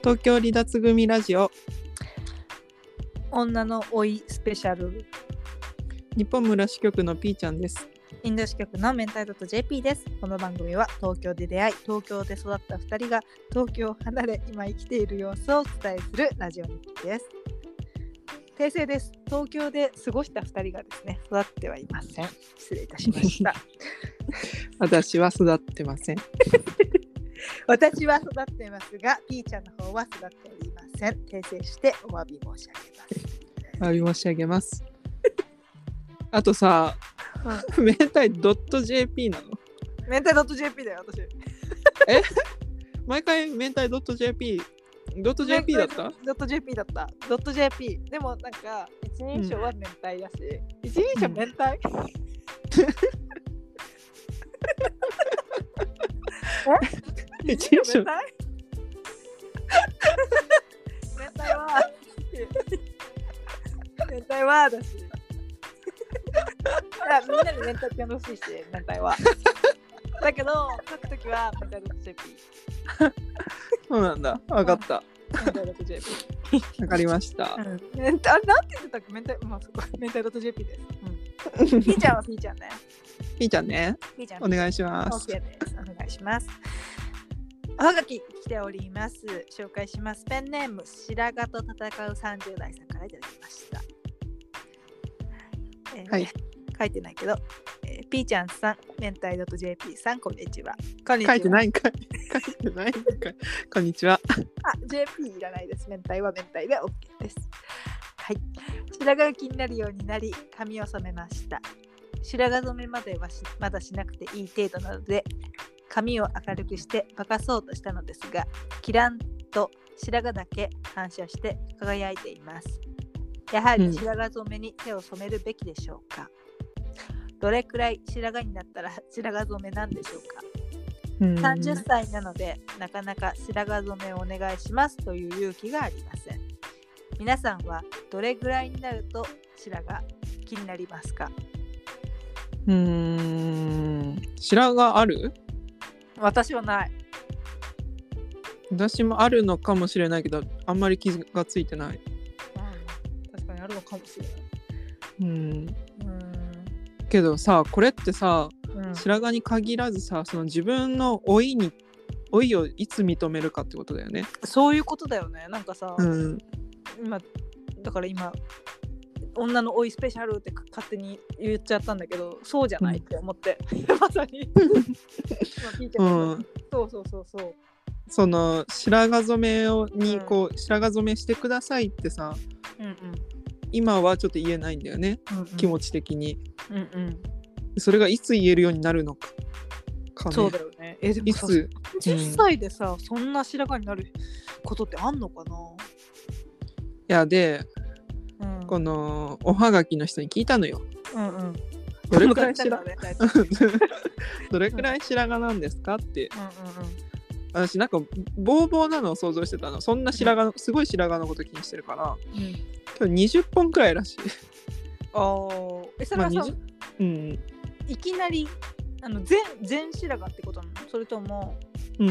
東京離脱組ラジオ女の老いスペシャル日本村支局のピーちゃんですインド支局のメンタイドと JP ですこの番組は東京で出会い東京で育った2人が東京を離れ今生きている様子をお伝えするラジオ日記です訂正です東京で過ごした2人がですね育ってはいません失礼いたしました私は育ってません私は育ってますがピーちゃんの方は育っておりません訂正してお詫び申しお詫び申し上げます あとさ明太 .jp なの上げますメンタイドと JP だよ私毎回明太 .jp .jp だったドット JP だった。ドット JP。でもなんか、一人称は明太だし、一人称明太、え一人称明太明太は、明太はだし。いや、みんなに明太って呼んでほしいし、明太は。だけど、書くときは明太ドット JP。そうなんだわかった明太ドット JP。わかりましたうん、えっ とあれなんて言ってたっけ明太、まあ、そこ明太ドット JP です。 うん、ピーちゃんはピーちゃんね。ピーちゃんねピーちゃん。お願いしますオッケーです。お願いします。おはがき来ております。紹介します。ペンネーム、白髪と戦う30代さんからいただきました。えーはい書いてないけど、えー、ピーちゃんさん、明太ドット JP さん、こんにちは。こんにち書は。いてないんかい書いてないんかいこんにちはあ、JP いらないです。明太は明太で OK です。はい。白髪が気になるようになり、髪を染めました。白髪染めまではしまだしなくていい程度なので、髪を明るくして化かそうとしたのですが、キランと白髪だけ反射して輝いています。やはうんり白髪染めに手を染めるべきでしょうか、どれくらい白髪になったら白髪染めなんでしょうかうん30歳なのでなかなか白髪染めをお願いしますという勇気がありません皆さんはどれぐらいになると白髪気になりますかうーん白髪ある私はない私もあるのかもしれないけどあんまり傷がついてない確かにあるのかもしれないうんけどさこれってさ白髪に限らずさその自分の老いに老いをいつ認めるかってことだよね。そういうことだよねなんかさ、うん、今だから今女の老いスペシャルって勝手に言っちゃったんだけどそうじゃないって思って、まさ にまあピーちゃんがうん、そうそうそうそうその白髪染めをにうんこう白髪染めしてくださいってさうんうん今はちょっと言えないんだよねうん気持ち的に。うんうんそれがいつ言えるようになるのかか、ね、そうだよね。えでもいさつ10歳でさ、そんな白髪になることってあんのかいやでな、うん、このおはがきの人に聞いたのよ。うんうん。どれくらい白 白髪髪どれくらい白髪なんですかってうんうんうん。私なんかボーボーなのを想像してたのそんな白髪のすごい白髪のこと気にしてるからうん、今日20本くらいらしい、ああ。え、それまあ、はさ20、うんいきなりあの全全白髪ってことなのそれとも、ううん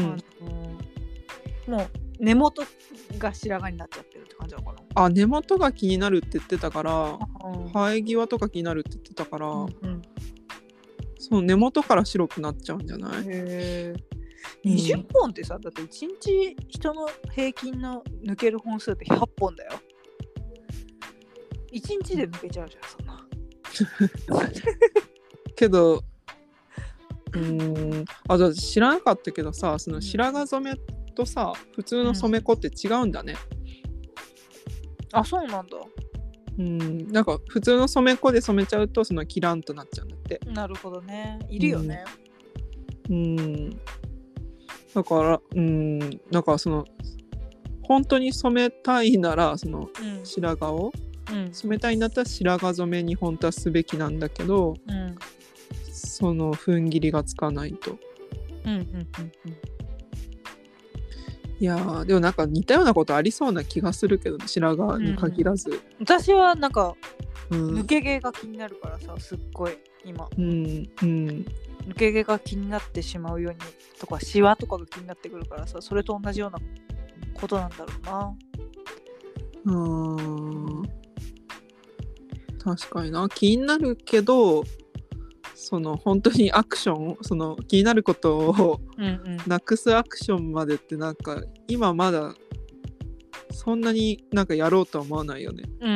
もう根元が白髪になっちゃってるって感じなのかあ根元が気になるって言ってたからな、うん生え際とか気になるって言ってたから、うんその根元から白くなっちゃうんじゃない、へえ。うん20本ってさ、だって1日人の平均の抜ける本数って100本だよ。1日で抜けちゃうじゃん、そんな。けどうーんあじゃあ知らなかったけどさその白髪染めとさ普通の染め粉って違うんだねあ、そうなんだ。うんなんか普通の染め粉で染めちゃうとそのキランとなっちゃうんだってなるほどね。いるよね。うんだからうんだからその本当に染めたいならそのうん。白髪をうん。染めたいんだったら白髪染めに本当はすべきなんだけどうん。その踏ん切りがつかないとうん。うん。うん。いやーでもなんか似たようなことありそうな気がするけど、ね、白髪に限らず私はなんか、うんう抜んけ毛が気になるからさ、すっごい今。うん、抜け毛が気になってしまうようにとかシワとかが気になってくるからさそれと同じようなことなんだろうな。うーん確かにな気になるけどその本当にアクションその気になることをうんうんなくすアクションまでってなんか今まだそんなになんかやろうとは思わないよね。うん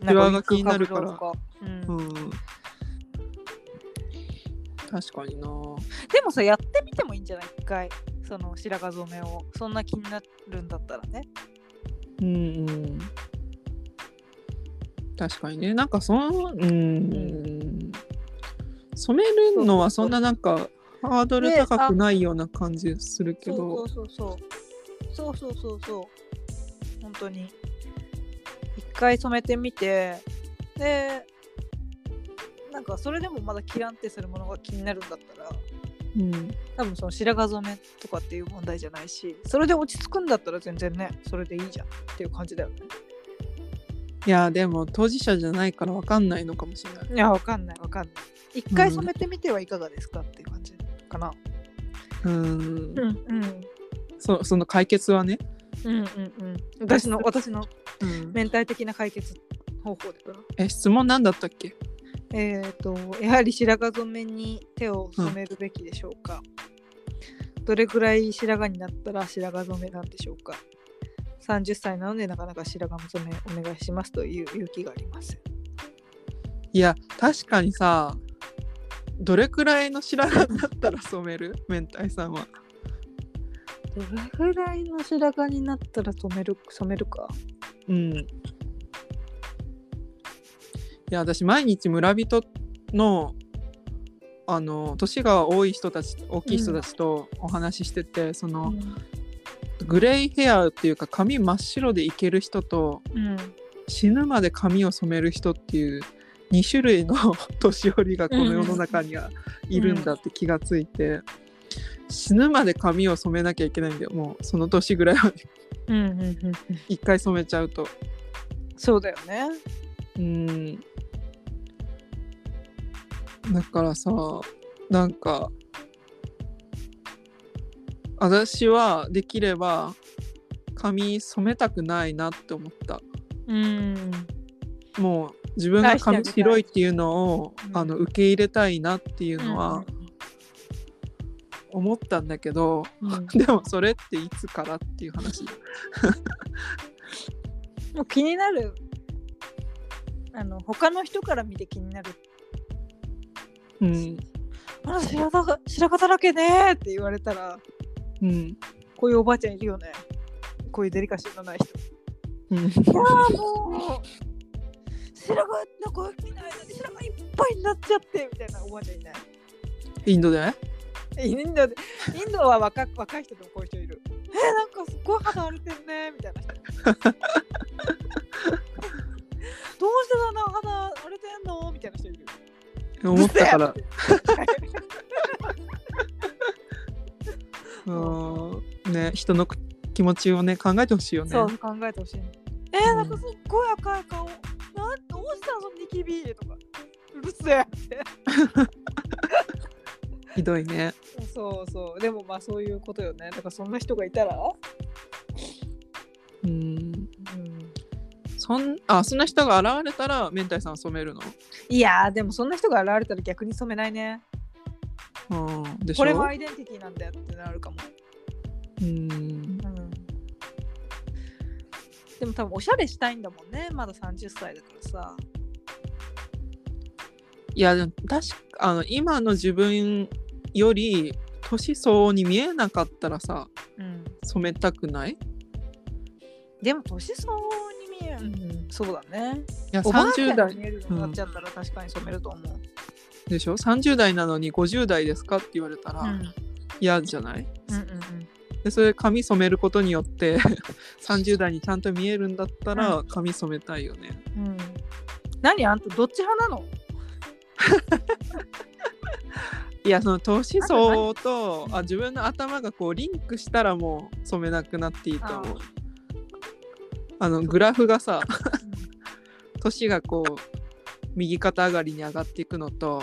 うん。シワが気になるからなんか浮いてる感じとかううんん、確かになでもさやってみてもいいんじゃない一回その白髪染めをそんな気になるんだったらね。うんうん確かにねなんかそのうん染めるのはそんななんかハードル高くないような感じするけそうそどうそうそうそうそうそうそう本当に一回染めてみてでなんかそれでもまだキランってするものが気になるんだったらうん多分その白髪染めとかっていう問題じゃないしそれで落ち着くんだったら全然ねそれでいいじゃんっていう感じだよねいやでも当事者じゃないからわかんないのかもしれないいやわかんないわかんない一回染めてみてはいかがですかっていう感じかなうんんうんそその解決はねうんうんうん私 の私のうん面体的な解決方法だからえ質問なんだったっけえー、とやはり白髪染めに手を染めるべきでしょうか、どれくらい白髪になったら白髪染めなんでしょうか30歳なのでなかなか白髪染めお願いしますという勇気がありますいや確かにさどれくらいの白髪だったら染める 明太さんはどれくらいの白髪になったら染める染めるかうんいや私毎日村人のあの年が多い人たち大きい人たちとお話ししてて、そのグレイヘアっていうか髪真っ白でいける人とうん死ぬまで髪を染める人っていう2種類の 年寄りがこの世の中にはいるんだって気がついて、死ぬまで髪を染めなきゃいけないんだよもうその年ぐらいはうんうんうん一回染めちゃうと。そうだよねうんだからさなんか私はできれば髪染めたくないなって思ったうんもう自分が髪大してあげたい白いっていうのを、うんあの受け入れたいなっていうのは思ったんだけど、うんでもそれっていつからっていう話もう気になるあの他の人から見て気になるうんあら白髪が白髪だらけねーって言われたらうんこういうおばあちゃんいるよねこういうデリカシーのない人うんいやーもう白髪の子見ないのに白髪いっぱいになっちゃってみたいなおばあちゃんいないインドでインドでインドは若若い人でもこういう人いるえー、なんかすっごい肌荒れてんねみたいな人どう してだな肌荒れてんのみたいな人いる思ったかうらっせ うんね人の気持ちをね考えてほしいよね。そう考えてほしいの。えー、なんかすっごい赤い顔。なんどうしたのそのニキビとか。うるせえ。ひどいね。そうそう。でもまあそういうことよね。だからそんな人がいたら。うん。うん、そんあそんな人が現れたら明太さんは染めるの。いやーでもそんな人が現れたら逆に染めないね。うん。でしょ。これもアイデンティティなんだよってなるかも。うん。うん、でも多分おしゃれしたいんだもんね。まだ30歳だからさ。いやでも確かあの今の自分より年相応に見えなかったらさうん、染めたくない。いでも年相応に見える。うん、そうだね。やおばあ三ちゃ十代んに見えるようになっちゃったら確かに染めると思う。でしょ。三十代なのに五十代ですかって言われたうんうらん嫌じゃない。うんでそれ髪染めることによって 30代にちゃんと見えるんだったら髪染めたいよね。うん、何あんたどっち派なのいやその年相応とあ自分の頭がこうリンクしたらもう染めなくなっていいと思う。あのグラフがさ年がこう右肩上がりに上がっていくのと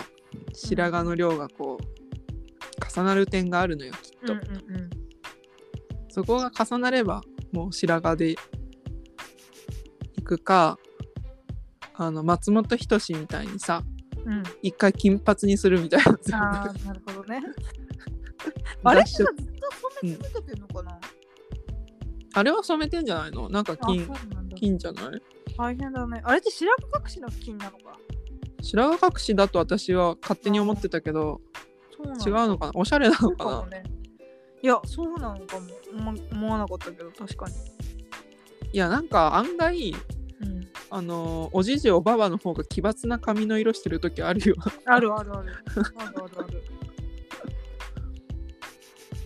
白髪の量がこう重なる点があるのよきっと。うんうんそこが重なればもう白髪で行くかあの松本人志みたいにさうん。一回金髪にするみたいな あさあ、なるほどね。あれ脱ずっ色とそんな続けてんのかな、あれは染めてんじゃないのなんかあ金そうなんだ金じゃない大変だね。あれって白髪隠しの金なのか白髪隠しだと私は勝手に思ってたけどそうなの違うのかなおしゃれなそのうかかなもね。いや、そうなのかも。思思わなかったけど、確かに。いやなんか案外うん、あのおじじおばばの方が奇抜な髪の色してる時あるよ あるあるある。あるあるある。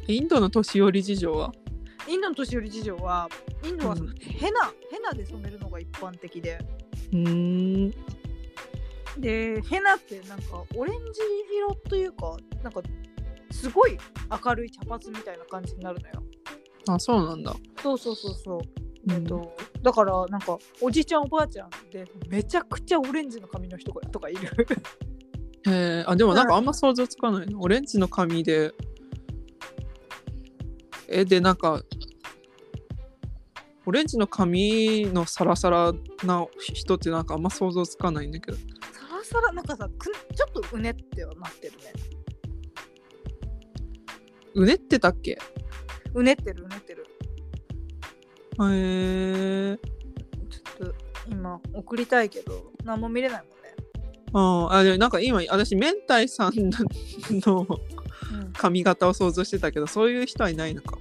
インドの年寄り事情はインドの年寄り事情は、インドはそのうんヘナ、ヘナで染めるのが一般的で。うーんでヘナってなんかオレンジ色というかなんかすごい明るい茶髪みたいな感じになるのよあそうなんだそうそうそうそう、うんえっとだからなんかおじいちゃんおばあちゃんでめちゃくちゃオレンジの髪の人とかいるえー、あでもなんかあんま想像つかないなオレンジの髪でえでなんかオレンジの髪のサラサラな人ってなんかあんま想像つかないんだけどサラサラなんかさくちょっとうねってはなってるねうねってたっけうねってるうねってるえー、ちょっと今送りたいけど何も見れないもんあーあでなんか今私明太さんののね、髪型を想像してたけどそういう人はいないのか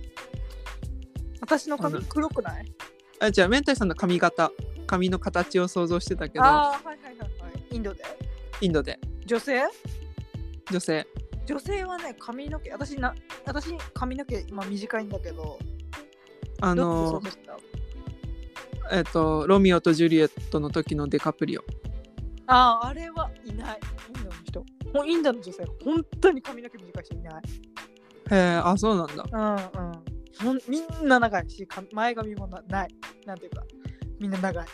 私のあ髪の黒くないあじゃあ明太さんの髪型髪の形を想像してたけどああはいはいはいはいインドでインドで女性女性女性はね髪の毛私な私髪の毛今短いんだけどああのえっとロミオとジュリエットの時のデカプリオあああれはいないインドの人もうインドの女性本当に髪の毛短い人いないへえあそうなんだうんうんほんみんな長いしか前髪もなないなんていうかみんな長い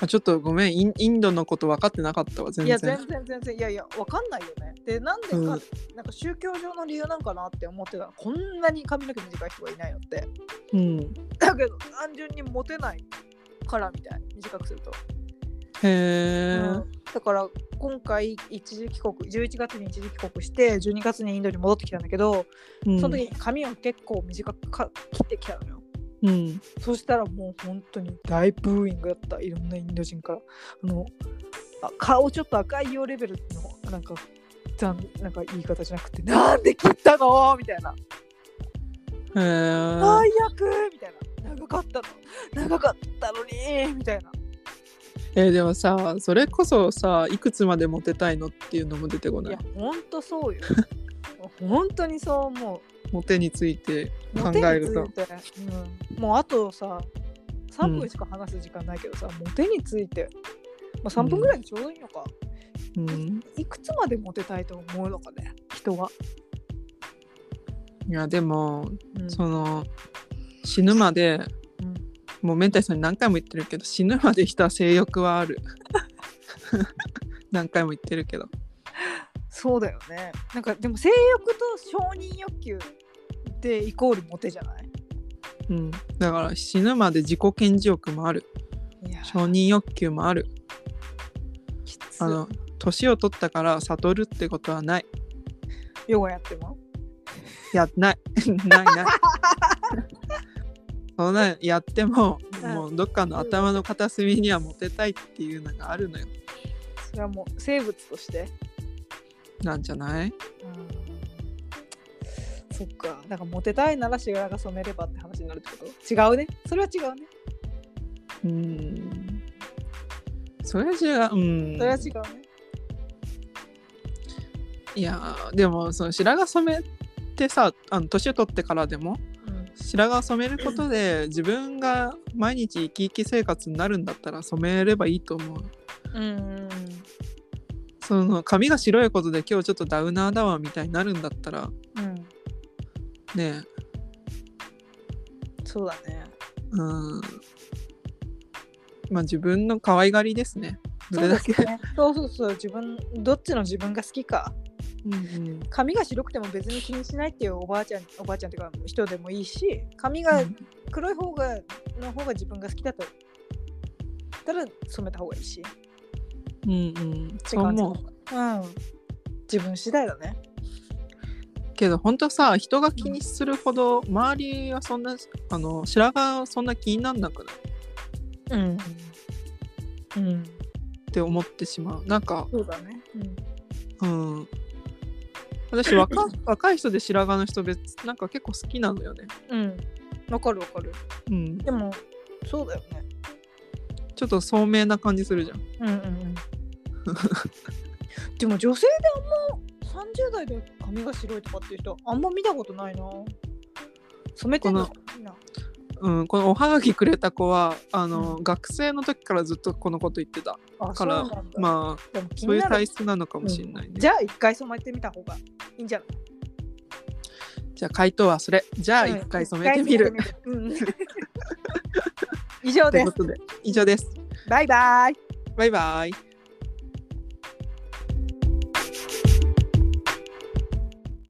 あちょっとごめんインインドのこと分かってなかったわ全いや然全然全然いやいやわかんないよねでなんでか、うんなんか宗教上の理由なんかなって思ってたのこんなに髪の毛短い人がいないのってうん、だけど単純にモテないからみたい短くするとへえ、うんだから今回一時帰国11月に一時帰国して12月にインドに戻ってきたんだけど、うん、その時に髪を結構短くか切ってきたのようんそしたらもう本当に大ブーイングだったいろんなインド人からあのあ顔ちょっと赤いよレベルのなんか残なんか言い方じゃなくてなんで切ったのみたいなへえ最悪みたいな長かったの長かったのにみたいなえーでもさそれこそさいくつまでモテたいのっていうのも出てこいなやいほんとそうよ本当にそう思うモテについて考モテえにるつといて、うん、もうあとさ3分しか話す時間ないけどさ、モテについて、まあ、3分ぐらいでちょうどいいのか、うんいくつまでモテたいと思うのかね人は、いやでもうんその死ぬまでうんもうメンタイさんに何回も言ってるけど死ぬまでした性欲はある 何回も言ってるけどそうだよねなんかでも性欲と承認欲求でイコールモテじゃないうんだから死ぬまで自己顕示欲もあるいや承認欲求もあるきつあの年を取ったから悟るってことはないヨガやってもやない ないないそんなんやってもうんもうどっかの頭の片隅にはモテたいっていうのがあるのよそれはもう生物としてなんじゃないそっかなんかモテたいなら白髪が染めればって話になるってこと違うねそれは違うねうんそれじゃうんそれは違うね、いやーでもその白髪染めってさあの年を取ってからでもうん白髪を染めることで自分が毎日生き生き生活になるんだったら染めればいいと思ううんその髪が白いことで今日ちょっとダウナーだわみたいになるんだったらうんねそうだねうんまあ自分の可愛がりですねどれだけそうですねそうそうそう自分どっちの自分が好きかうんうん髪が白くても別に気にしないっていうおばあちゃんおばあちゃんっていうか人でもいいし髪が黒い方がの方が自分が好きだとたら染めた方がいいしってうんうんそう感じ思ううん自分次第だねけど本当さ人が気にするほど周りはそんなあの白髪はそんな気になんなくないうんうんって思ってしまうなんかそうだねうんうん私 若若い人で白髪の人別なんか結構好きなのよねうんわかるわかるうんでもそうだよねちょっと聡明な感じするじゃんうんうんうん でも女性であんま30代で髪が白いとかっていう人あんま見たことないな染めてんのこいいなうん、このおはがきくれた子はあの、学生の時からずっとこのこと言ってたあからそうなんだまあでも気そうにいうな体る質なのかもしれないね、じゃあ一回染めてみた方がいいんじゃないじゃあ回答はそれじゃあ一回染めてみる、一回染めてみるうん以と上いでうこすとで以上ですバイバイバイバイ